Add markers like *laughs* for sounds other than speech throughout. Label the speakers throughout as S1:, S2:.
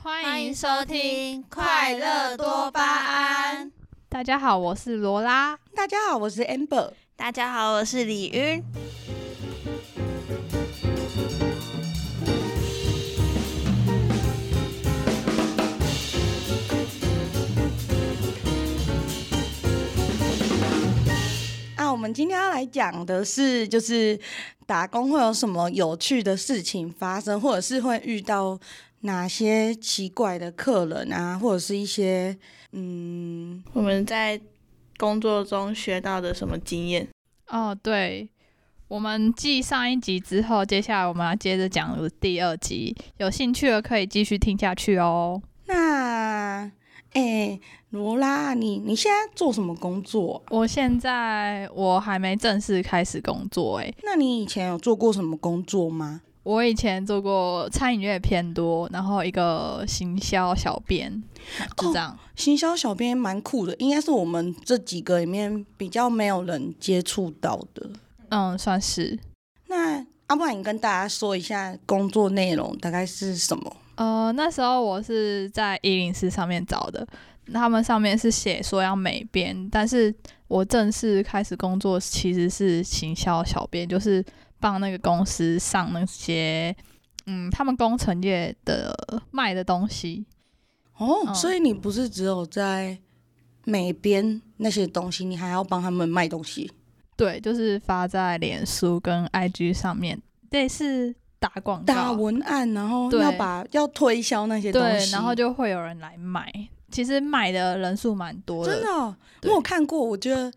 S1: 欢
S2: 迎收听快乐多巴胺。
S1: 大家好，我是罗拉。
S3: 大家好，我是 Amber。
S2: 大家好，我是李云。
S3: 啊，我们今天要来讲的是，就是打工会有什么有趣的事情发生，或者是会遇到哪些奇怪的客人啊，或者是一些嗯，
S2: 我们在工作中学到的什么经验？
S1: 哦，对，我们继上一集之后，接下来我们要接着讲第二集，有兴趣的可以继续听下去哦。
S3: 那哎，罗、拉，你你现在做什么工作啊？
S1: 我现在我还没正式开始工作，诶，
S3: 那你以前有做过什么工作吗？
S1: 我以前做过餐饮业偏多，然后一个行销小编，就这
S2: 哦
S1: 样。
S3: 行销小编蛮酷的，应该是我们这几个里面比较没有人接触到的。
S1: 嗯，算是。
S3: 那阿不然你跟大家说一下工作内容大概是什么？
S1: 呃，那时候我是在一零四上面找的，他们上面是写说要美编，但是我正式开始工作其实是行销小编，就是帮那个公司上那些嗯他们工程业的卖的东西。
S3: 哦，
S1: 嗯
S3: 所以你不是只有在美编那些东西，你还要帮他们卖东西。
S1: 对，就是发在脸书跟 IG 上面，类似打广
S3: 打
S1: 告，
S3: 文案，然后
S1: 对
S3: 要把要推销那些东
S1: 啊对，
S3: 西，
S1: 然后就会有人来买。其实买的人数蛮多的，
S3: 真的哦、我
S1: 对
S3: 有看过，我觉得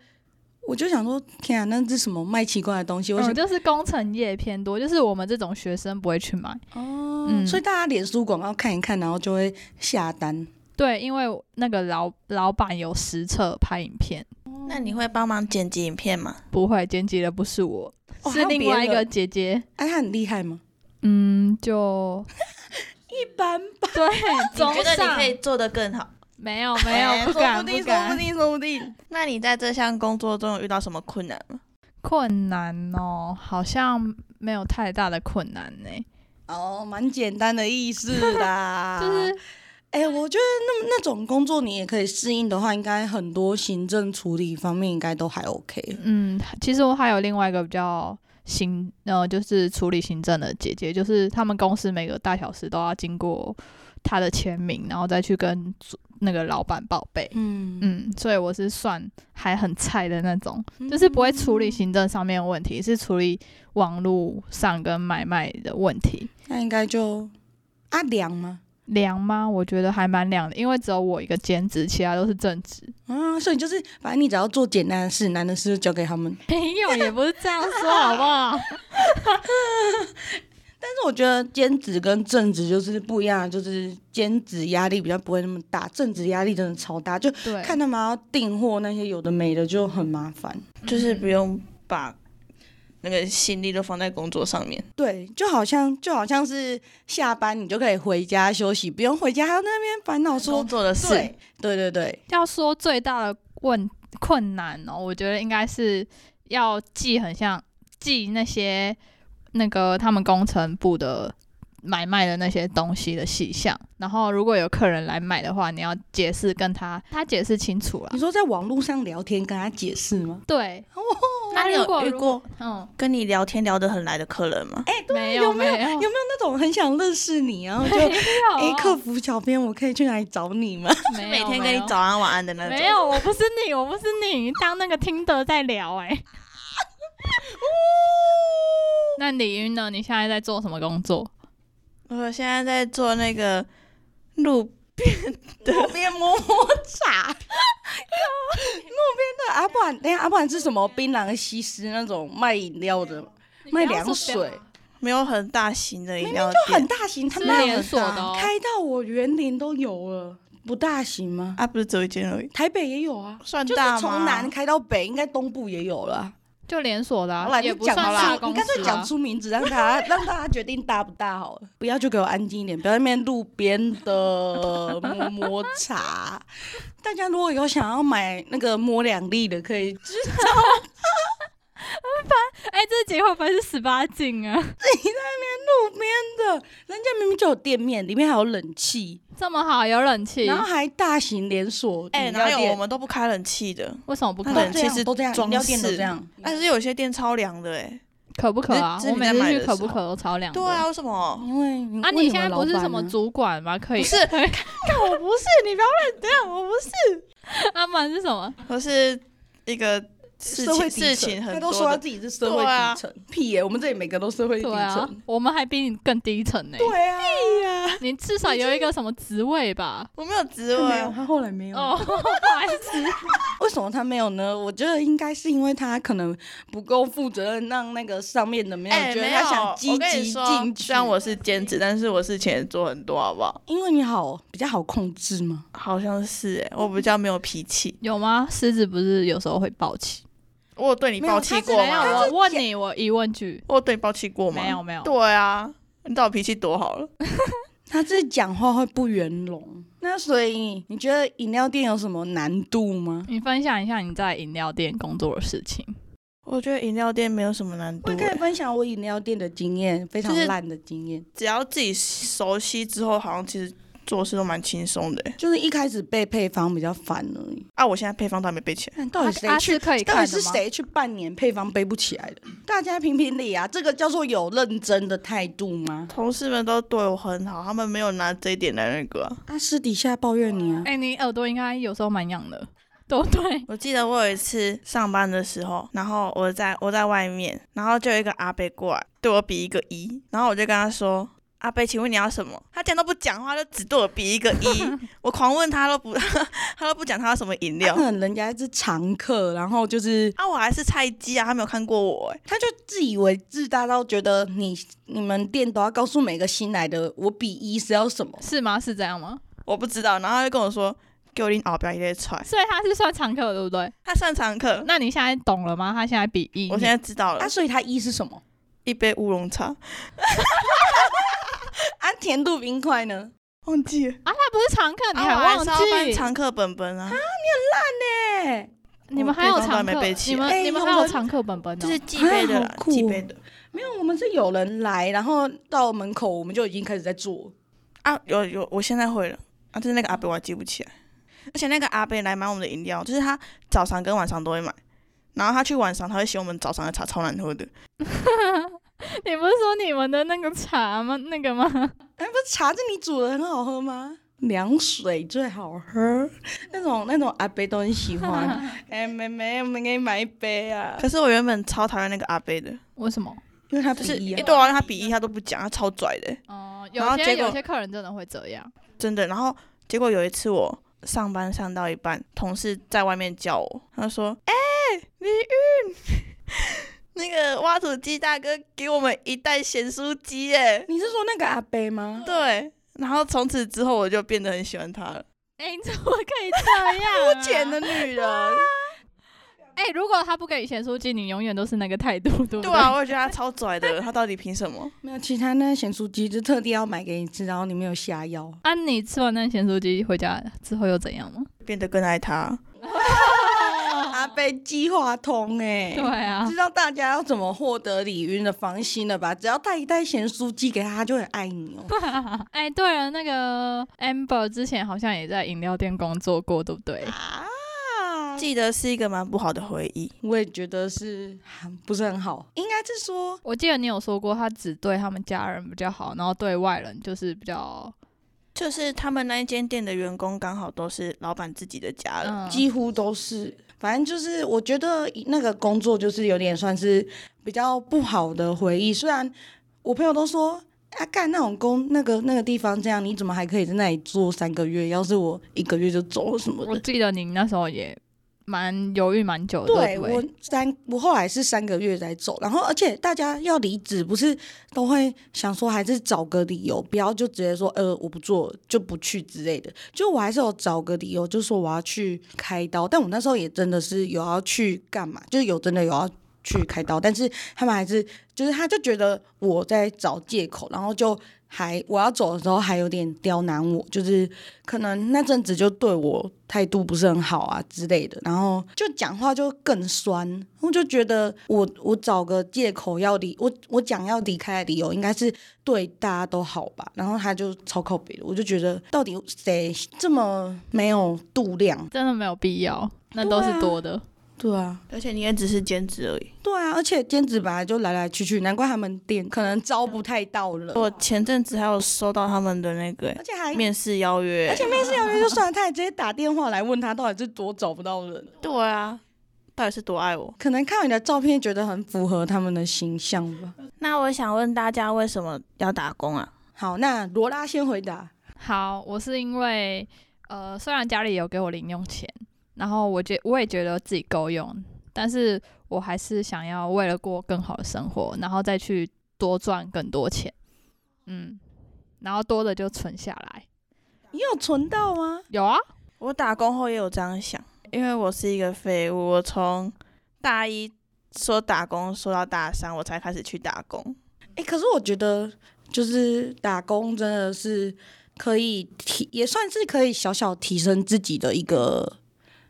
S3: 我就想说，天啊，那是什么卖奇怪的东西？我想
S1: 嗯，、就是工程业偏多，就是我们这种学生不会去买。
S3: 哦
S1: 嗯
S3: 所以大家脸书广告看一看，然后就会下单。
S1: 对，因为那个老老板有实测拍影片，
S2: 那你会帮忙剪辑影片吗？
S1: 不会剪辑的不是我，
S3: 哦还
S1: 是
S3: 有
S1: 另
S3: 别
S1: 外一个
S3: 人
S1: 姐姐。
S3: 哎、他很厉害吗？
S1: 嗯，就
S3: 一般吧， *laughs*
S1: 对
S2: 你
S1: 中
S2: 觉得你
S1: 上
S2: 可以做得更好？
S1: 没有没有
S2: 哎
S1: 不
S3: 说
S1: 敢
S3: 不定，
S1: 不
S3: 说不
S1: 敢
S3: 定，说不定。
S2: 那你在这项工作中有遇到什么困难吗？
S1: 困难哦，好像没有太大的困难呢、
S3: 哦，蛮简单的意思啦，
S1: *laughs* 就是
S3: 哎、我觉得那那种工作你也可以适应的话，应该很多行政处理方面应该都还 OK。
S1: 嗯，其实我还有另外一个比较行呃，就是处理行政的姐姐，就是他们公司每个大小事都要经过她的签名，然后再去跟主那个老板报备。
S3: 嗯
S1: 嗯，所以我是算还很菜的那种，嗯就是不会处理行政上面的问题，是处理网络上跟买卖的问题。
S3: 那应该就啊阿良吗？
S1: 凉吗？我觉得还蛮凉的，因为只有我一个兼职，其他都是正职。
S3: 啊，所以就是反正你只要做简单的事，难的事就交给他们。
S1: *laughs* 没有，也不是这样说，好不好？
S3: 但是我觉得兼职跟正职就是不一样，就是兼职压力比较不会那么大，正职压力真的超大，就
S1: *laughs* 对，
S3: 看他们要订货那些有的没的就很麻烦。
S2: 就是不用把那个心力都放在工作上面。
S3: 对，就好像就好像是下班你就可以回家休息，不用回家还要在那边烦恼说
S2: 工。作的事
S3: 对，对对对，
S1: 要说最大的问困难哦，我觉得应该是要记很像记那些那个他们工程部的买卖的那些东西的细项，然后如果有客人来买的话，你要解释跟他他解释清楚了
S3: 你。说在网络上聊天跟他解释吗？
S1: 对，
S2: 那你
S1: 如果
S2: 有遇过
S1: 嗯，
S2: 跟你聊天聊得很来的客人吗？
S3: 哎、对啊
S1: 没
S3: 有
S1: 没
S3: 没
S1: 有
S3: 有有没有那种很想认识你，然后就
S1: 没有
S3: 哎、客服小编，我可以去哪里找你 *laughs* 吗？
S1: 没有
S2: 每天跟你。早安晚安的那种。
S1: 没有，我不是你，我不是你，当那个听得在聊哎、 *laughs* 那李云呢？你现在在做什么工作？
S2: 我现在在做那个路
S3: 路边摸摸茶，路边的阿不然，等一下阿不然是什么槟榔西施那种卖饮料的，卖凉水，
S2: 没有很大型的饮料
S3: 就很
S2: 店，
S3: 大型，他
S1: 是
S3: 们
S1: 连锁的、哦。
S3: 开到我园林都有了，不大型吗？
S2: 啊，不是只有一间而已，
S3: 台北也有啊，
S2: 算
S3: 就
S2: 大吗？
S3: 是从南开到北，应该东部也有了啊。
S1: 就连锁的、
S3: 好
S1: 啊，
S3: 啦，
S1: 也
S3: 就
S1: 不
S3: 讲
S1: 算
S3: 出
S1: 大
S3: 来，
S1: 公
S3: 你
S1: 司、
S3: 干脆
S1: 啊。
S3: 讲出名字，让大家让大家决定大不大好了。不要就给我安静一点，不要在那边路边的摸摸茶。大家如果有想要买那个摸两粒的，可以知
S1: 哎、这集会不会是十八禁啊？
S3: 路边的，人家明明就有店面，里面还有冷气，
S1: 这么好，有冷气
S3: 然，后还大型连锁
S2: 哎、
S3: 饮料
S2: 哪有我
S3: 店，
S2: 们都不开冷气的？
S1: 为什么不可
S2: 那？冷
S3: 都这
S2: 气
S3: 样
S2: 是
S3: 都这样，
S2: 装
S3: 饮料店都
S2: 饰
S3: 这样。
S2: 嗯但是有些店超凉的哎、
S1: 可不可啊？
S2: 这
S1: 我
S2: 这你
S1: 每
S2: 在
S1: 次
S2: 买
S1: 去
S2: 的
S1: 可不
S2: 时候
S1: 可都超凉的。
S2: 对啊，为什么？
S3: 因为
S1: 啊，
S3: 为
S1: 你现在
S3: 们
S1: 不是
S3: 老板
S1: 什么
S3: 呢
S1: 主管吗？可以 *laughs*
S2: 不是，看我不是，你不要乱这样，我不是，
S1: 阿满是什么？
S2: 我是一个事
S3: 社会
S2: 情
S3: 底
S2: 事
S3: 层
S2: 情很
S3: 他
S2: 多
S3: 都说他
S2: 的，啊
S3: 自己是社会底层，屁耶、我们这里每个都社会底
S1: 对啊
S3: 层。，
S1: 我们还比你更低层呢、
S3: 对啊，
S1: 你至少有一个什么职位吧？
S2: 我没有职
S3: 他
S2: 位
S3: 没有，
S2: 啊，
S3: 他后来没有。
S1: 哦，不好意思，
S3: 为什么他没有呢？我觉得应该是因为他可能不够负责任，让那个上面的没有
S2: 哎、
S3: 觉得
S2: 没
S3: 他
S2: 有，
S3: 想积
S2: 我跟
S3: 极
S2: 你说
S3: 进，取。
S2: 虽然我是兼职，但是我事情也做很多，好不好？
S3: 因为你好比较好控制嘛，
S2: 好像是哎、我比较没有脾气，
S1: 有吗？狮子不是有时候会暴气？
S2: 我有对你
S3: 没有
S2: 爆气
S3: 他是
S2: 过
S1: 没有，
S3: 他
S2: 吗
S3: 是？
S1: 我问你，我疑问句，
S2: 啊我有对你爆气过吗？
S1: 没有，没有。
S2: 对啊，你知道我脾气多好了。
S3: 他这讲话会不圆融。那所以你觉得饮料店有什么难度吗？
S1: 你分享一下你在饮料店工作的事情。
S2: 我觉得饮料店没有什么难度
S3: 我也可
S2: 欸、
S3: 以分享我饮料店的经验，非常
S2: 就是
S3: 烂的经验。
S2: 只要自己熟悉之后，好像其实做事都蛮轻松的欸、
S3: 就是一开始背配方比较烦而已。
S2: 啊，我现在配方都还没备起来，
S3: 看到底谁
S1: 啊
S3: 去
S1: 是可以
S3: 到底
S1: 看
S3: 是
S1: 的吗？
S3: 谁去半年配方背不起来的？大家评评理啊！这个叫做有认真的态度吗？
S2: 同事们都对我很好，他们没有拿这一点来那个啊、
S3: 啊，私底下抱怨你啊！
S1: 哎、你耳朵应该有时候蛮痒的，对不对？
S2: 我记得我有一次上班的时候，然后我在我在外面，然后就有一个阿伯过来对我比一个一，然后我就跟他说：“阿伯，请问你要什么？”他竟然都不讲话，就只对我比一个 *laughs* 一，我狂问他都不， *laughs* 他都不讲他要什么饮料
S3: 他可能人家是常客，然后就是
S2: 啊，我还是菜鸡啊，他没有看过我哎、
S3: 他就自以为自大到觉得你你们店都要告诉每个新来的我比一是要什么，
S1: 是吗？是这样
S2: *laughs*
S1: 吗？
S2: 我不知道，然后他就跟我说：“给我拎鳌标一列菜。
S1: 所以他是算常客，对不对？”
S2: 他上常客，
S1: 那你现在懂了吗？他现在比一，
S2: 我现在知道了
S3: 啊，，所以他一是什么？
S2: 一杯乌龙茶，
S3: 啊，甜度冰块呢？
S2: 忘记了，
S1: 啊，他不是常客，你
S2: 啊我还
S1: 忘
S2: 是要翻
S1: 记？
S2: 常客本本啊，
S3: 哎，
S1: 你们还有
S2: 我对方都还
S1: 常客
S2: 没背，起
S1: 你
S3: 来
S1: 们你们
S3: 哎
S1: 还
S3: 有
S1: 有
S3: 人
S1: 常客本本哦呢
S2: 就？是寄杯的
S3: 啊
S2: 啦
S3: 好，酷哦
S2: 寄杯的。
S3: 没有，我们是有人来，然后到门口我们就已经开始在做。
S2: 啊，有有，我现在会了啊，就是那个阿伯我还记不起来，而且那个阿伯来买我们的饮料，就是他早上跟晚上都会买，然后他去晚上他会嫌我们早上的茶超难喝的，
S1: 你不是说你们的那个茶吗？那个吗？
S3: 哎，不是茶是你煮的很好喝吗？凉水最好喝，那种那种阿伯都很喜欢。哎、妹妹，我们给你买一杯啊，
S2: 可是我原本超讨厌那个阿伯的，
S1: 为什么？
S3: 因为他
S2: 就是
S3: 比一、
S2: 一
S3: 啊。
S2: 对啊，他比一他都不讲，他超拽的欸、
S1: 哦、
S2: 然
S1: 有
S2: 后
S1: 些
S2: 结果
S1: 有些客人真的会这样。
S2: 真的。然后结果有一次我上班上到一半，同事在外面叫我，他说：“哎、李运， *laughs* 那个挖土机大哥给我们一袋咸酥鸡，哎，
S3: 你是说那个阿伯吗？
S2: 对。”然后从此之后我就变得很喜欢他了。
S1: 哎、你怎么可以这
S2: *laughs*
S1: 样、啊？
S3: 肤浅的女人，
S1: 哎、如果他不给你咸酥鸡，你永远都是那个态度，对不
S2: 对啊，我也觉得他超拽的，他到底凭什么？
S3: 没有其他那咸酥鸡，就特地要买给你吃，然后你没有下药。
S1: 啊，你吃完那咸酥鸡回家之后又怎样吗？
S2: 变得更爱他，
S3: 阿伯计划通哎、
S1: 对啊
S3: 知，道大家要怎么获得李云的芳心了吧？只要带一袋咸酥鸡给他，他就很爱你哦。
S1: 哎、对了，那个 Amber 之前好像也在饮料店工作过，对不对？
S3: 啊，
S2: 记得是一个蛮不好的回忆。
S3: 我也觉得是啊不是很好，应该是说
S1: 我记得你有说过，他只对他们家人比较好，然后对外人就是比较
S2: 就是他们那一间店的员工刚好都是老板自己的家
S3: 呃
S2: 人，
S1: 嗯，
S3: 几乎都是，反正就是我觉得那个工作就是有点算是比较不好的回忆。虽然我朋友都说啊，干那种工那个那个地方这样，你怎么还可以在那里做三个月？要是我一个月就走了什么
S1: 我
S3: 的。
S1: 记得你那时候也蛮犹豫蛮久的，
S3: 对
S1: 不
S3: 我三，我后来是三个月才走，然后而且大家要离职，不是都会想说还是找个理由，不要就直接说呃我不做就不去之类的。就我还是有找个理由，就说我要去开刀，但我那时候也真的是有要去干嘛，就是有真的有要去开刀，但是他们还是就是他就觉得我在找借口，然后就还我要走的时候还有点刁难我，就是可能那阵子就对我态度不是很好啊之类的，然后就讲话就更酸，我就觉得我我找个借口要离我我讲要离开的理由应该是对大家都好吧，然后他就超靠北的，我就觉得到底谁这么没有度量？
S1: 真的没有必要，那都
S3: 啊
S1: 是多的。
S3: 对啊，
S2: 而且你也只是兼职而已。
S3: 对啊，而且兼职本来就来来去去，难怪他们店可能招不太到人，
S2: 我前阵子还有收到他们的那个
S3: 而
S2: 欸
S3: 且还
S2: 面试邀约
S3: 而，且面试邀约就算了，他还直接打电话来问他到底是多找不到人，
S2: 对啊，到底是多爱我？
S3: 可能看到你的照片觉得很符合他们的形象吧。
S2: 那我想问大家，为什么要打工啊？
S3: 好，那罗拉先回答。
S1: 好，我是因为呃，虽然家里有给我零用钱，然后我觉我也觉得自己够用，但是我还是想要为了过更好的生活，然后再去多赚更多钱，嗯，然后多的就存下来。
S3: 你有存到吗？
S1: 有啊，
S2: 我打工后也有这样想，因为我是一个废物，我从大一说打工说到大三，我才开始去打工。
S3: 哎、可是我觉得就是打工真的是可以提，也算是可以小小提升自己的一个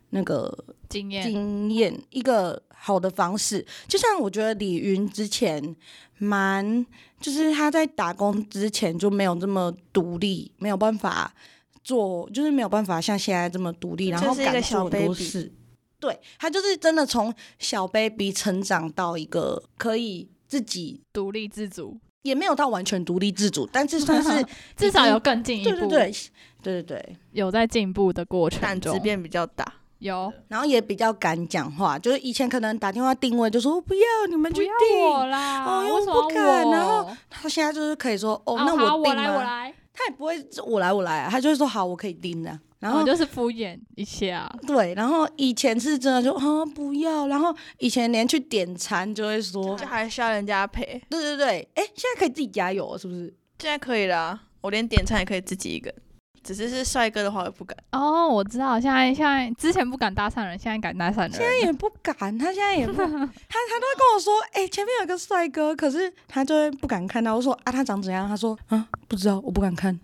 S3: 那个
S1: 经验
S3: 经验，一个好的方式。就像我觉得李云之前蛮，就是他在打工之前就没有这么独立，没有办法做，就是没有办法像现在这么独立，然后
S2: 就是一个
S3: 敢
S2: 小
S3: 做很多
S2: baby
S3: 事。对他就是真的从小 baby 成长到一个可以自己，
S1: 独立自主，
S3: 也没有到完全独立自主，但是 *laughs*
S1: *laughs*
S3: 算是
S1: 至少有更进一步，
S3: 对对对对对对，
S1: 有在进步的过
S2: 胆
S1: 程
S2: 子
S1: 中，
S2: 变比较大，
S1: 有
S3: 然后也比较敢讲话，就是以前可能打电话定位就说哦不要你们
S1: 不
S3: 去
S1: 要
S3: 定，
S1: 我啦，
S3: 哦又
S1: 为什么
S3: 不敢
S1: 我
S3: 然后他现在就是可以说哦，那
S1: 好
S3: 定
S1: 来我
S3: 吗？
S1: 来，
S3: 他也不会我来我来、啊，他就会说好，我可以定的、然
S1: 然
S3: 后
S1: 后哦就是敷衍一下，
S3: 对，然后以前是真的就啊不要，然后以前连去点餐就会说，
S2: 就还需要人家陪。
S3: 对对对，哎，现在可以自己加油了是不是？
S2: 现在可以了啊，我连点餐也可以自己一个人，只是是帅哥的话我不敢。
S1: 哦，我知道，现在现在之前不敢搭讪人，现在敢搭讪人。
S3: 现在也不敢，他现
S1: *laughs*
S3: 在也不，他他都会跟我说，哎，前面有个帅哥，可是他就会不敢看到，我说啊他长怎样？他说啊不知道，我不敢看。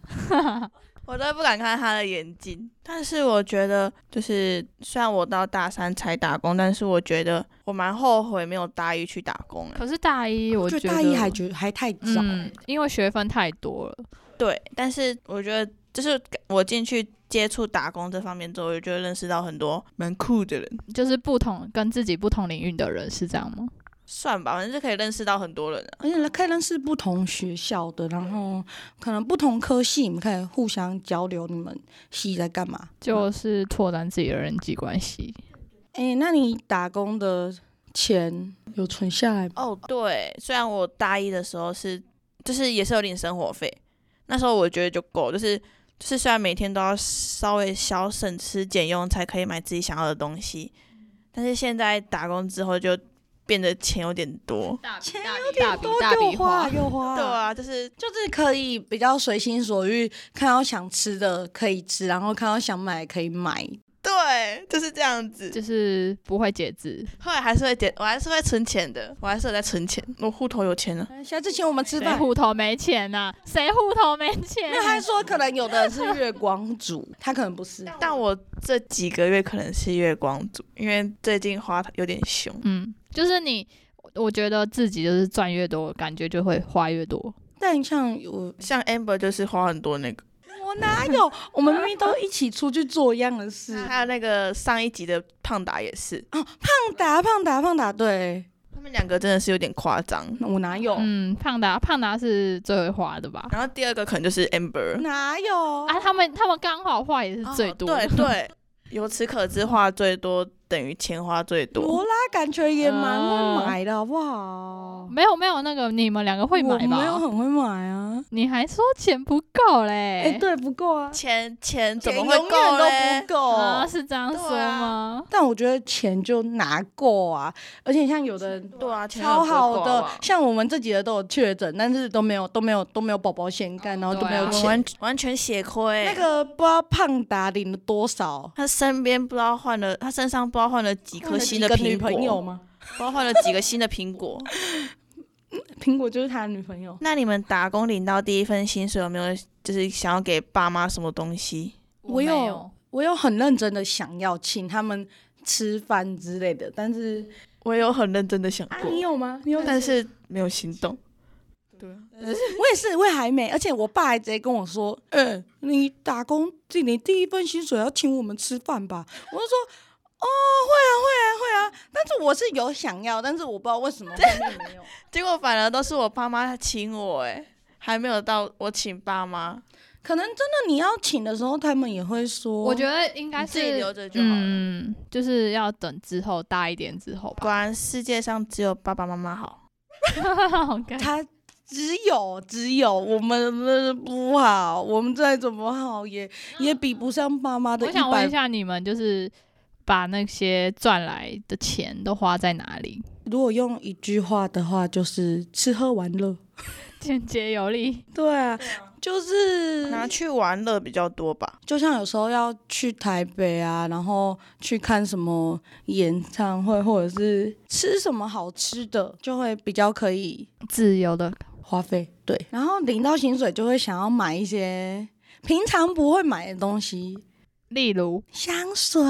S2: 我都不敢看他的眼睛。但是我觉得，就是虽然我到大三才打工，但是我觉得我蛮后悔没有大一去打工的。
S1: *laughs* 可是大一，我
S3: 就
S1: 觉得
S3: 大一还觉得还太早，欸
S1: 嗯，因为学分太多了，
S2: 对，但是我觉得，就是我进去接触打工这方面之后，我就觉得认识到很多蛮酷的人，
S1: 就是不同跟自己不同领域的人是这样吗？
S2: 算吧，反正就可以认识到很多人啊。
S3: 而且可以认识不同学校的，然后可能不同科系，你们可以互相交流你们系在干嘛。
S1: 就是拓展自己的人际关系。
S3: 哎、那你打工的钱有存下来吗？
S2: 哦，对，虽然我大一的时候是，就是也是有领生活费，那时候我觉得就够，就是就是虽然每天都要稍微小省吃俭用才可以买自己想要的东西，但是现在打工之后就变得钱有点多。
S1: 大笔
S3: 钱
S1: 大笔大笔大
S3: 又
S1: 笔
S3: 花，
S1: *laughs*
S3: 又花，
S2: 对，啊，就是
S3: 就是可以比较随心所欲，看到想吃的可以吃，然后看到想买可以买。
S2: 对，就是这样子。
S1: 就是不会节制。
S2: 后来还是会点，我还是会存钱的，我还是有在存钱，我户头有钱了。
S3: 下次请我们吃
S1: 谁
S3: 饭。
S1: 户头没钱呐、谁户头没钱？
S3: 那他说，可能有的人是月光族，他可能不是。
S2: 但我这几个月可能是月光族，因为最近花有点凶。
S1: 嗯，就是你，我觉得自己就是赚越多，感觉就会花越多。
S3: 但像我，
S2: 像 Amber 就是花很多那个，
S3: 我哪有？我们明明都一起出去做一样的事。
S2: 还有那个上一集的胖达也是，
S3: 哦胖达，胖达，胖达，对，
S2: 他们两个真的是有点夸张。
S3: 我哪有？
S1: 嗯，胖达胖达是最会花的吧？
S2: 然后第二个可能就是 Amber，
S3: 哪有？
S1: 啊，他们他们刚好话也是最多的、
S2: 哦对对，由此可知，花最多等于钱花最多。
S3: 罗拉感觉也蛮
S1: 嗯
S3: 会买的，好不好？
S1: 没有没有那个你们两个会买
S3: 我没有
S1: 吧？
S3: 很会买啊。
S1: 你还说钱不够嘞？
S3: 哎、对，不够啊，
S2: 钱钱怎么
S3: 钱
S2: 会
S3: 永
S2: 够
S3: 远都
S2: 嘞？
S3: 不够。
S1: 啊，是这样
S2: 对啊
S1: 说吗？
S3: 但我觉得钱就拿够啊，而且像有的人
S2: 对啊，钱
S3: 超
S2: 永远不会
S3: 好
S2: 够
S3: 的
S2: 好不好，
S3: 像我们这几个都有确诊，但是都没有都没有都没有宝宝险干，然后都没有
S1: 对啊
S2: 我
S3: 钱。
S2: 完完全血亏。
S3: 那个不知道胖达领了多少，
S2: 他身边不知道换了，他身上不知道换了几颗
S3: 换了几
S2: 新的
S3: 个
S2: 苹
S3: 女
S2: 果。
S3: 朋友吗？
S2: 不知道换了几个新的苹果。
S3: 苹果就是他的女朋友。
S2: 那你们打工领到第一份薪水，有没有就是想要给爸妈什么东西？
S3: 我
S1: 没
S3: 有
S1: 有，
S3: 我有很认真的想要请他们吃饭之类的，但是
S2: 我有很认真的想
S3: 啊，你有吗？你有？
S2: 但是没有行动。对，
S3: 我也是，我也还没，而且我爸还直接跟我说：“嗯、你打工，这你第一份薪水要请我们吃饭吧？”我就说：“哦，会啊，会啊，会啊。”但是我是有想要，但是我不知道为什么后面没有。
S2: *laughs* 结果反而都是我爸妈请我、欸，还没有到我请爸妈，
S3: 可能真的你要请的时候，他们也会说。
S1: 我觉得应该
S2: 你自己
S1: 是
S2: 留着就好了。
S1: 嗯，就是要等之后大一点之后吧。 *laughs*
S2: 果然世界上只有爸爸妈妈好。
S1: 好尴尬
S3: 他只有只有我们的不好，我们再怎么好也也比不上爸妈的
S1: 我
S3: 一
S1: 想问
S3: 百
S1: 一。下，你们就是把那些赚来的钱都花在哪里？
S3: 如果用一句话的话，就是吃喝玩乐。
S1: 简洁有力。
S3: 对啊，就是
S1: 嗯
S2: 拿去玩乐比较多吧。
S3: 就像有时候要去台北啊，然后去看什么演唱会，或者是吃什么好吃的，就会比较可以
S1: 自由的
S3: 花费。对，然后领到薪水就会想要买一些平常不会买的东西，
S1: 例如
S3: 香水。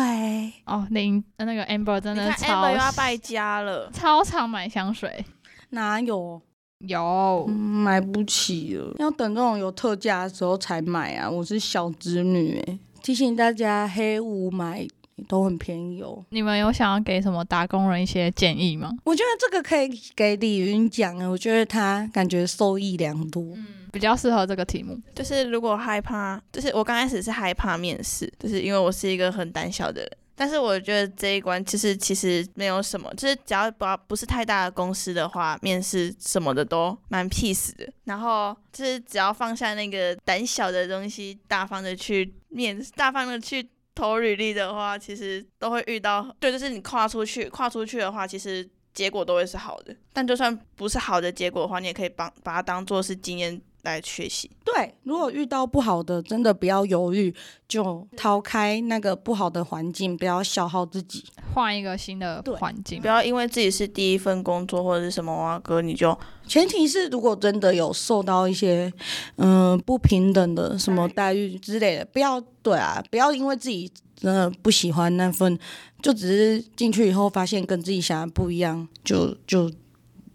S1: 哦，林呃那个 Amber 真
S2: 你
S1: 的
S2: 看
S1: 超
S2: Amber 又要败家了，
S1: 超常买香水，
S3: 哪有、
S1: 有、
S3: 嗯买不起了？要等这种有特价的时候才买啊！我是小侄女哎、提醒大家，黑五买都很便宜哦。
S1: 你们有想要给什么打工人一些建议吗？
S3: 我觉得这个可以给李云讲，欸我觉得他感觉受益良多。
S1: 比较适合这个题目，
S2: 就是如果害怕，就是我刚开始是害怕面试，就是因为我是一个很胆小的人。但是我觉得这一关其实其实没有什么，就是只要不要不是太大的公司的话，面试什么的都蛮 peace 的。然后就是只要放下那个胆小的东西，大方的去面，大方的去投履历的话，其实都会遇到。对，就是你跨出去，跨出去的话，其实结果都会是好的。但就算不是好的结果的话，你也可以帮把它当做是经验来学习。
S3: 对，如果遇到不好的，真的不要犹豫，就逃开那个不好的环境，不要消耗自己。
S1: 换一个新的
S3: 对
S1: 环境
S2: 不。要因为自己是第一份工作或者是什么啊哥，你就
S3: 前提是，如果真的有受到一些嗯、不平等的什么待遇之类的，不要对啊，不要因为自己真的不喜欢那份，就只是进去以后发现跟自己想的不一样，就就。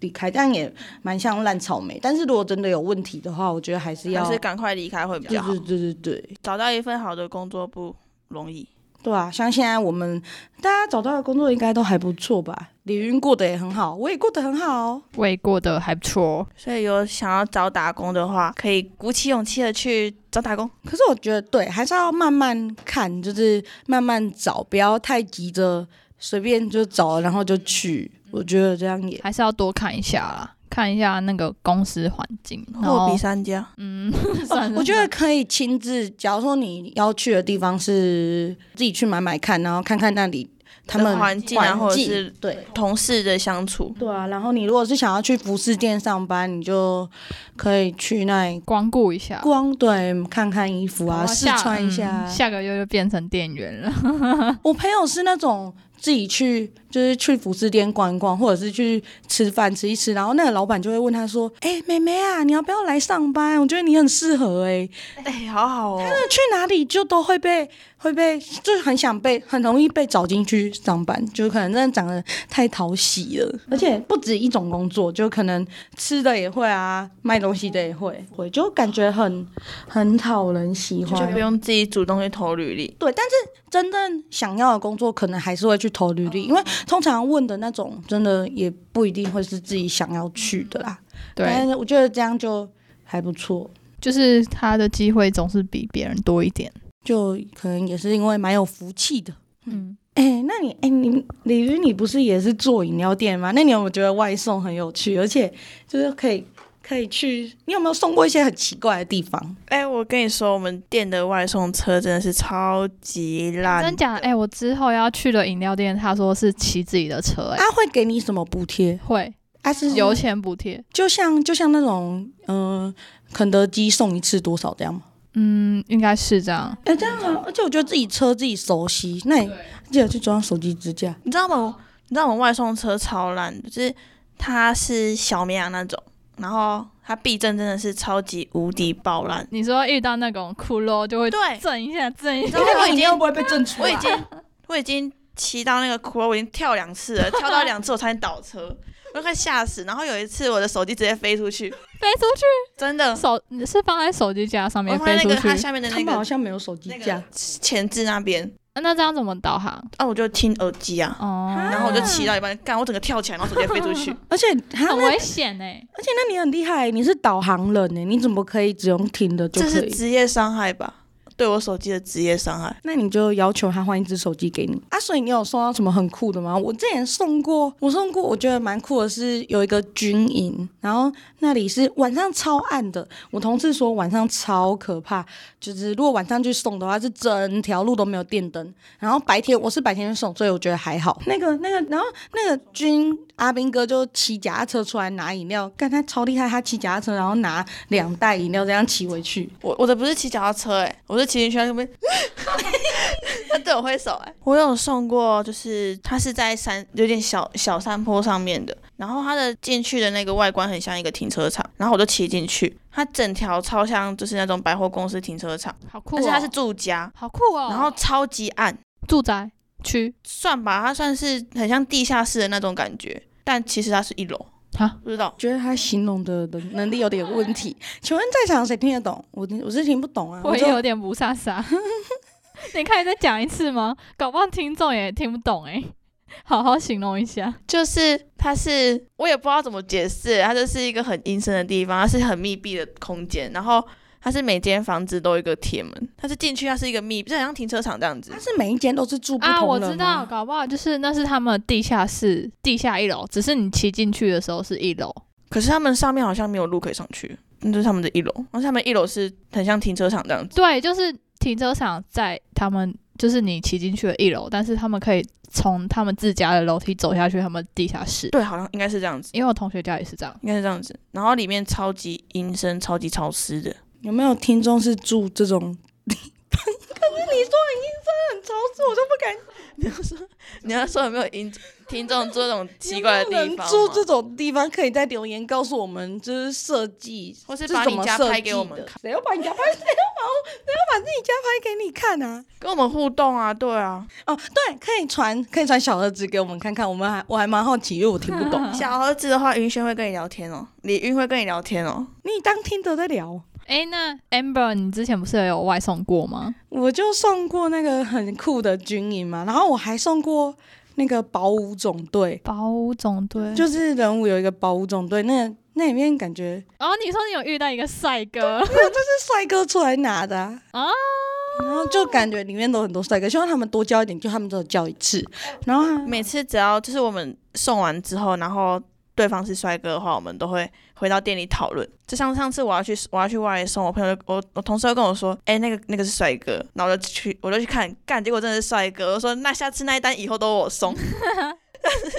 S3: 离开，但也蛮像烂草莓。但是如果真的有问题的话，我觉得还是要
S2: 还是赶快离开会比
S3: 对
S2: 较好
S3: 对。对对对，
S2: 找到一份好的工作不容易，
S3: 对啊，像现在我们大家找到的工作应该都还不错吧？李云过得也很好，我也过得很好哦、
S1: 我也过得还不错，
S2: 所以有想要找打工的话，可以鼓起勇气的去找打工。
S3: 可是我觉得对，还是要慢慢看，就是慢慢找，不要太急着随便就找，然后就去。
S2: 嗯
S3: 我觉得这样也
S1: 还是要多看一下啦，看一下那个公司环境，然
S2: 货
S1: 后
S2: 比三家，
S1: 嗯，算了
S3: 哦我觉得可以亲自，假如说你要去的地方是自己去买买看，然后看看那里他们
S2: 环境啊或者
S3: 境
S2: 是
S3: 对。
S2: 同事的相处，
S3: 对啊，然后你如果是想要去服饰店上班，你就可以去那里
S1: 光顾一下，
S3: 光对看看衣服啊，
S1: 哇
S3: 试
S1: 下
S3: 穿一下啊。
S1: 嗯下个月就变成店员
S3: *laughs*
S1: 了。
S3: 我朋友是那种自己去，就是去服饰店逛一逛，或者是去吃饭吃一吃，然后那个老板就会问他说：“哎、妹妹啊，你要不要来上班？我觉得你很适合哎、
S2: 哎，好好哦。
S3: 那去哪里就都会被会被，就是很想被，很容易被找进去上班，就可能真的长得太讨喜了，而且不止一种工作，就可能吃的也会啊，卖东西的也会，会就感觉很很讨人喜
S2: 就
S3: 欢
S2: 不。用自己主动去投履历，
S3: 对，但是真正想要的工作，可能还是会去投履历，因为通常问的那种，真的也不一定会是自己想要去的啦。但
S1: 对，
S3: 是我觉得这样就还不错，
S1: 就是他的机会总是比别人多一点。
S3: 就可能也是因为蛮有福气的。 *laughs*
S1: 嗯，
S3: 哎、那你哎、你李云，你不是也是做饮料店吗？那你有没有觉得外送很有趣，而且就是可以可以去？你有没有送过一些很奇怪的地方？
S2: 哎、我跟你说，我们店的外送车真的是超级烂，
S1: 真
S3: 嗯
S1: 假？哎、我之后要去的饮料店，他说是骑自己的车、哎、
S3: 他、会给你什么补贴？
S1: 会
S3: 啊是
S1: 油钱补贴。
S3: 就像就像那种嗯、呃肯德基送一次多少这样吗？
S1: 嗯，应该是这样。
S3: 哎、这样啊！而且我觉得自己车自己熟悉，那你记得去装手机支架。
S2: 你知道吗？你知道我们外送车超烂的，就是它是小绵羊那种，然后它避震真的是超级无敌爆烂。
S1: 你说遇到那种骷髅就会
S2: 对
S1: 震一下，震一
S2: 你知
S1: 下，
S2: 道我已
S3: 你
S2: 经
S3: 又不会被震出
S2: 我
S3: 来。
S2: 已经 *laughs* 我已经骑到那个骷髅，我已经跳两次了，跳到两次我差点倒车，我都快吓死。然后有一次我的手机直接飞出去，
S1: *laughs* 飞出去，
S2: 真的，
S1: 手你是放在手机架上
S2: 我
S1: 面
S2: 放
S1: 飞
S2: 在那
S1: 出
S2: 个
S1: 去
S2: 它。下面的
S3: 他
S2: 那
S3: 们好
S2: 个
S3: 像没有手机
S2: 那
S3: 架
S2: 个，前置那边，
S1: 啊那这样怎么导航？
S2: 啊，我就听耳机啊，
S1: 哦，
S2: 然后我就骑到一半，干，我整个跳起来，然后直接飞出去。
S3: 而且他
S1: 很
S3: 那
S1: 危险哎、
S3: 而且那你很厉害，你是导航人呢，你怎么可以只用听的就
S2: 这
S3: 可
S2: 是
S3: 以？
S2: 职业伤害吧？对我手机的职业伤害。
S3: 那你就要求他换一只手机给你啊！所以你有送到什么很酷的吗？我之前送过，我送过，我觉得蛮酷的是有一个军营，然后那里是晚上超暗的。我同事说晚上超可怕，就是如果晚上去送的话，是整条路都没有电灯。然后白天我是白天去送，所以我觉得还好。那个那个，然后那个军阿兵哥就骑脚踏车出来拿饮料，干他超厉害，他骑脚踏车然后拿两袋饮料这样骑回去。
S2: 我我的不是骑脚踏车、欸，我是骑进去那边， *laughs* 他对我挥手、欸，我有送过，就是它是在山有点小小山坡上面的，然后它的进去的那个外观很像一个停车场，然后我就骑进去，它整条超像就是那种百货公司停车场，
S1: 好酷、哦！
S2: 但是它是住家，
S1: 好酷哦，
S2: 然后超级暗，
S1: 住宅区
S2: 算吧，它算是很像地下室的那种感觉，但其实它是一楼，
S1: 啊，
S2: 不知道。
S3: 觉得他形容的能能力有点问题。请问在场谁听得懂？我我是听不懂啊。
S1: 我
S3: 就
S1: 也有点不飒 *laughs* 飒。你可以再讲一次吗？搞不好听众也听不懂哎、好好形容一下。
S2: 就是它是我也不知道怎么解释，它就是一个很阴森的地方，它是很密闭的空间，然后它是每间房子都有一个铁门，它是进去它是一个密，就很像停车场这样子
S3: 他。是每一间都是住不同人
S1: 啊，
S3: 吗
S1: 我知道，。搞不好就是那是他们地下室地下一楼，只是你骑进去的时候是一楼。
S2: 可是他们上面好像没有路可以上去，那就是他们的一楼，然后他们一楼是很像停车场这样子。
S1: 对，就是停车场在他们，就是你骑进去的一楼，但是他们可以从他们自家的楼梯走下去他们地下室。
S2: 对，好像应该是这样子，
S1: 因为我同学家也是这样，
S2: 应该是这样子。然后里面超级阴森、超级潮湿的，
S3: 有没有听众是住这种
S2: 你要说有没有听听众住这种奇怪的地
S3: 有没
S2: 方
S3: 有人
S2: 吗？
S3: 住这种地方？可以在留言告诉我们，就是设计
S2: 或是
S3: 这
S2: 把
S3: 怎
S2: 你
S3: 么
S2: 家
S3: 设
S2: 拍
S3: 计
S2: 给我们
S3: 的
S2: 看
S3: 谁要把你家拍？谁要把我谁要把自己家拍给你看啊？
S2: 跟我们互动啊，对啊。
S3: 哦，对，可以传可以传小盒子给我们看看，我们还我还蛮好奇，因为我听不懂。
S2: *laughs* 小盒子的话，云轩会跟你聊天哦，李云会跟你聊天哦。
S3: 你当听得在聊。
S1: 诶，哎那 Amber，你之前不是也有外送过吗？
S3: 我就送过那个很酷的军营嘛，然后我还送过那个保武总队，
S1: 保五总队就
S3: 就是人物有一个保武总队，那那里面感觉
S1: 哦，你说你有遇到一个帅哥
S3: 是帅哥出来拿的啊、
S1: 啊？
S3: 然后就感觉里面都很多帅哥，希望他们多交一点，就他们只有交一次，然后他
S2: 每次只要就是我们送完之后，然后对方是帅哥的话，我们都会回到店里讨论。就像上次我要去我要去外送，我朋友就我我同事就跟我说，哎、那个那个是帅哥，然后我就去我就去看，干，结果真的是帅哥。我说那下次那一单以后都我送， *laughs* 但是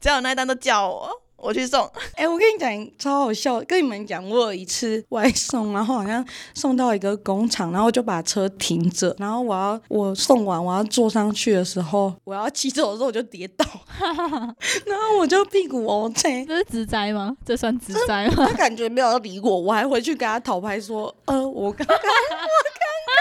S2: 只要有那一单都叫我。我去送，
S3: 哎、我跟你讲超好笑，跟你们讲，我有一次外送，然后好像送到一个工厂，然后就把车停着，然后我要我送完我要坐上去的时候，我要骑走的时候我就跌
S2: *laughs*
S3: 倒，然后我就屁股 OK，
S1: 这是直灾吗？这算直灾吗？
S3: 他感觉没有要理我，我还回去跟他讨拍说，呃，我刚刚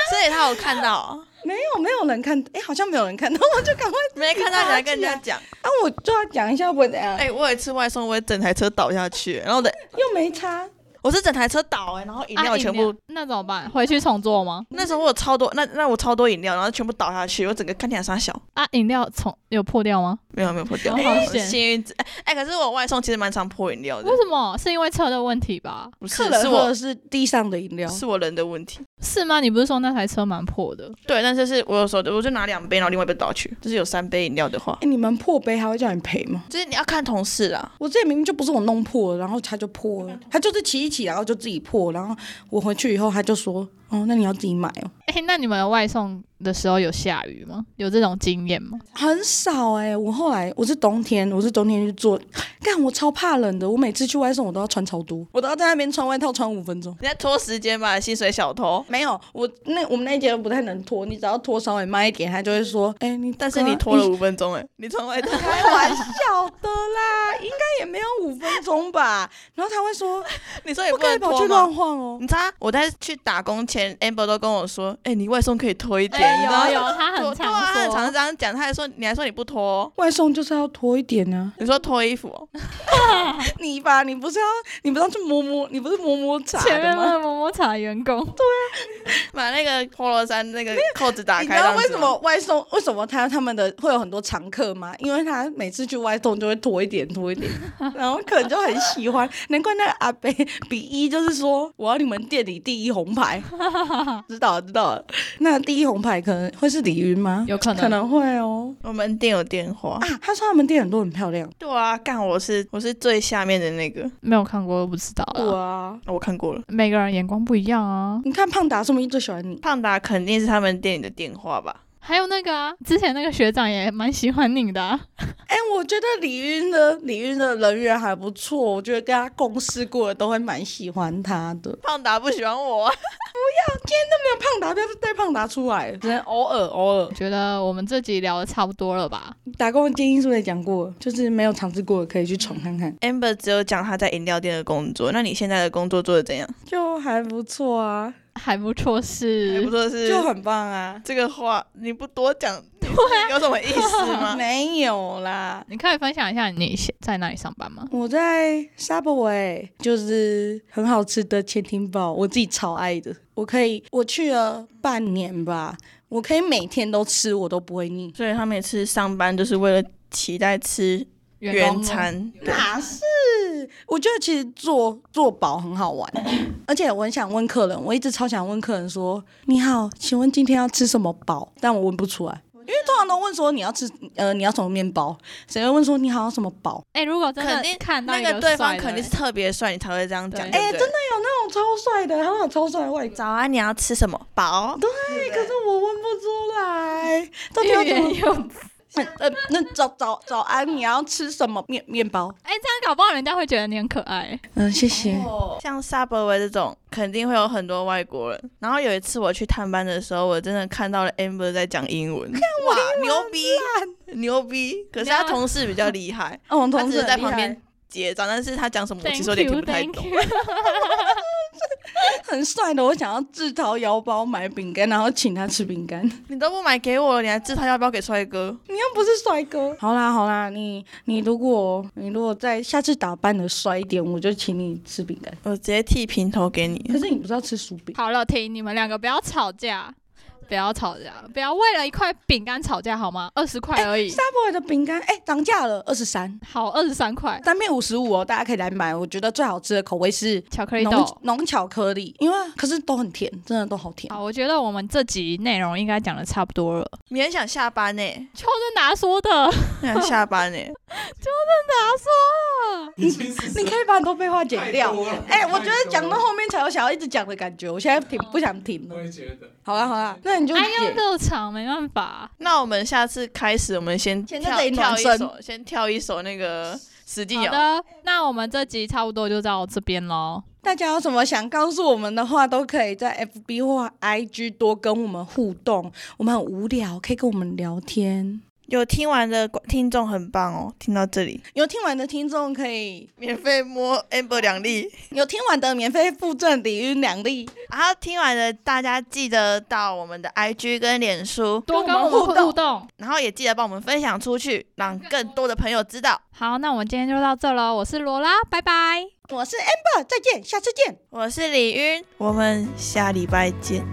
S2: 所以他有看到哦，
S3: 没有没有人看，哎、好像没有人看到， *laughs* 我就赶快
S2: 没看到你还跟人家讲，
S3: 啊，我就要讲一下，不然怎样，
S2: 哎、我有一次外送，我也整台车倒下去，然后我的
S3: 又没差，
S2: 我是整台车倒哎、然后饮料
S1: 啊
S2: 全部
S1: 那怎么办？回去重做吗？
S2: 那时候我有超多，那那我超多饮料，然后全部倒下去，我整个看起来傻小，
S1: 啊，饮料重有破掉吗？
S2: 没有没有破掉，
S1: 好好险
S2: 幸运之哎、可是我外送其实蛮常破饮料的
S1: 为，什么？是因为车的问题吧？
S2: 不是
S3: 客人
S2: 是
S3: 喝
S2: 我
S3: 的是地上的饮料，
S2: 是我人的问题，
S1: 是吗？你不是说那台车蛮破的？
S2: 对，但是是我有时候我就拿两杯，然后另外一杯倒下去，就是有三杯饮料的话
S3: 哎、，你们破杯还会叫你赔吗？
S2: 就是你要看同事啦，
S3: 我这明明就不是我弄破了，然后他就破了，他就是骑一骑，然后就自己破，然后我回去以后他就说，哦，哦，那你要自己买哦。
S1: *laughs* 哎、那你们有外送的时候有下雨吗？有这种经验吗？
S3: 很少哎、我后来我是冬天，我是冬天去做，干我超怕冷的，我每次去外送我都要穿超多，我都要在那边穿外套穿五分钟。
S2: 你在拖时间吧，薪水小偷。
S3: 没有，我那我们那一节不太能拖，你只要拖稍微慢一点，他就会说，哎、你
S2: 但是你拖了五分钟哎，你
S1: *laughs*
S2: 从外头
S3: 开玩笑的啦，应该也没有五分钟吧。然后他会说，
S2: 你说也
S3: 哎不可以
S2: 能
S3: 跑
S2: 拖
S3: 去
S2: 吗
S3: 乱？晃哦。
S2: 你知道我在去打工前，amber 都跟我说，哎、你外送可以拖一点，
S1: 哎
S2: 你知道
S1: 有有，他
S2: 我
S1: 很
S2: 对啊，
S1: 常
S2: 他很
S1: 说
S2: 常这样讲，他还说你还说你不拖哦、
S3: 外送就是要拖一点啊呢、
S2: 你说脱衣服、哦，
S3: 你吧，你不是要，你不是要去摸摸，你不是摸摸茶
S1: 前面
S3: 的
S1: 那
S3: 吗？
S1: 个摸摸茶员工，
S2: *laughs* 把那个 polo 衫那个扣子 *laughs* 打
S3: 你知
S2: 开这样
S3: 道
S2: 子吗，
S3: 为什么外送为什么他他们的会有很多常客吗？因为他每次去外送就会拖一点拖一点，
S1: *laughs*
S3: 然后可能就很喜欢，难怪那个阿伯比一就是说我要你们店里第一红
S1: *laughs*
S3: 牌，知道了知道了。那第一红牌可能会是李云吗？
S1: *laughs* 有可能
S3: 可能会哦。
S2: 我们店有电话
S3: 啊，他说他们店很多很漂亮。
S2: 对啊，干我是我是最下面的那个，
S1: 没有看过都不知道啦。
S3: 啊，
S2: 我看过了。
S1: 每个人眼光不一样啊。
S3: 你看胖达说明最喜欢你。
S2: 胖达肯定是他们店里的电话吧？
S1: 还有那个啊，之前那个学长也蛮喜欢你的、啊，
S3: 哎、我觉得李云的李云的人缘还不错，我觉得跟他共事过的都会蛮喜欢他的。
S2: 胖达不喜欢我，啊
S3: 那胖达不要带胖达出来，只能偶尔偶尔
S1: 我。觉得我们这集聊的差不多了吧？
S3: 打工的建议是不是也讲过？就是没有尝试过的可以去闯看看，
S2: Amber 只有讲他在饮料店的工作，那你现在的工作做的怎样？
S3: 就还不错啊，
S1: 还不错
S2: 还不
S1: 是，
S2: 错是，
S3: 就很棒啊。
S2: 这个话你不多讲， *laughs* 你有什么意思 *laughs* 吗？
S3: 没有啦，
S1: 你可以分享一下你现在哪里上班吗？
S3: 我在 Subway 就是很好吃的千厅堡，我自己超爱的。我可以，我去了半年吧，我可以每天都吃，我都不会腻。
S2: 所以他每次上班就是为了期待吃
S1: 工
S2: 原
S1: 吗，
S2: 餐，对，
S3: 哪是？我觉得其实做做保很好玩，而且我很想问客人，我一直超想问客人说：“你好，请问今天要吃什么堡？”但我问不出来，因为通常都问说你要吃呃你要什么面包，谁会问说你好要什么堡？
S1: 哎、如果真的
S2: 肯定
S1: 看到
S2: 那
S1: 一
S2: 个对方
S1: 帅的
S2: 肯定是特别帅，你才会这样讲。
S1: 对
S2: 对
S3: 哎、
S2: 不对
S3: 真的有那种超帅的，他们有超帅的外
S2: 早安，你要吃什么？饱。
S3: 对，可是我问不出来，到底要
S1: 欲
S3: 怎么
S1: *laughs* 言？又止
S3: *laughs* 呃，那早早早安，你要吃什么面面包？
S1: 哎、这样搞不好人家会觉得你很可爱。
S3: 嗯、谢谢。
S2: 像 Subway 这种，肯定会有很多外国人。然后有一次我去探班的时候，我真的看到了 Amber 在讲英文，哇，牛逼，牛逼！可是他
S1: 你要
S2: 同事比较厉害，
S3: 哦，我
S2: 他
S3: *laughs* 同
S2: 只
S3: 事
S2: 是在
S3: 很厉害
S2: 旁边结账，但是他讲什么我其
S1: Thank
S2: 实有点听
S1: you,
S2: 不太
S1: thank
S2: 懂。
S1: you。
S3: 很帅的，我想要自掏腰包买饼干，然后请他吃饼干。
S2: 你都不买给我了，你还知他要不要给帅哥？
S3: 你又不是帅哥。好啦好啦，你你如果你如果在下次打扮的帅一点，我就请你吃饼干。
S2: 我直接剃平头给你。
S3: 可是你不是要吃薯饼？
S1: 好了，停，你们两个不要吵架，不要吵架，不要为了一块饼干吵架好吗？二十块而已，
S3: 大伯的饼干哎、涨价了，二十三，
S1: 好，二十三块，
S3: 单片五十五哦，大家可以来买。我觉得最好吃的口味是
S1: 巧克力
S3: 浓
S1: 豆。
S3: 浓巧克力，因为可是都很甜，真的都好甜。
S1: 好，我觉得我们这集内容应该讲的差不多了。
S2: 你很想下班呢、
S1: 邱正达说 *laughs* 的，
S2: 很想下班欸
S3: *laughs*
S2: 呢、
S1: 他说了，
S4: 已经是
S3: *laughs* 你可以把很多废话剪掉。哎、
S4: 哎
S3: 我觉得讲到后面才有想要一直讲的感觉，我现在挺不想停
S4: 我
S3: 了。
S4: 也觉得。
S3: 好啦好啦，那你就
S1: 哎呦，
S3: 剪。
S1: 肉场没办法，
S2: 那我们下次开始，我们先
S3: 先
S2: 跳
S3: 在这里
S2: 跳
S3: 暖
S2: 一
S3: 身
S2: 首，先跳一首那个史劲
S1: 好
S2: 友。
S1: 的，那我们这集差不多就到这边喽。
S3: 大家有什么想告诉我们的话，都可以在 FB 或 IG 多跟我们互动。我们很无聊，可以跟我们聊天。
S2: 有听完的观听众很棒哦，听到这里
S3: 有听完的听众可以，
S2: 免费摸 amber 两粒，
S3: 有听完的免费附赠礼遇两粒。
S2: 然后听完的大家记得到我们的 IG 跟脸书，
S1: 多跟我
S3: 跟我们互
S1: 们
S3: 动
S1: 互动。
S2: 然后也记得帮我们分享出去，让更多的朋友知道。
S1: 好，那我们今天就到这喽，我是罗拉，拜拜。
S3: 我是 Amber，再见，下次见。
S2: 我是李云，我们下礼拜见，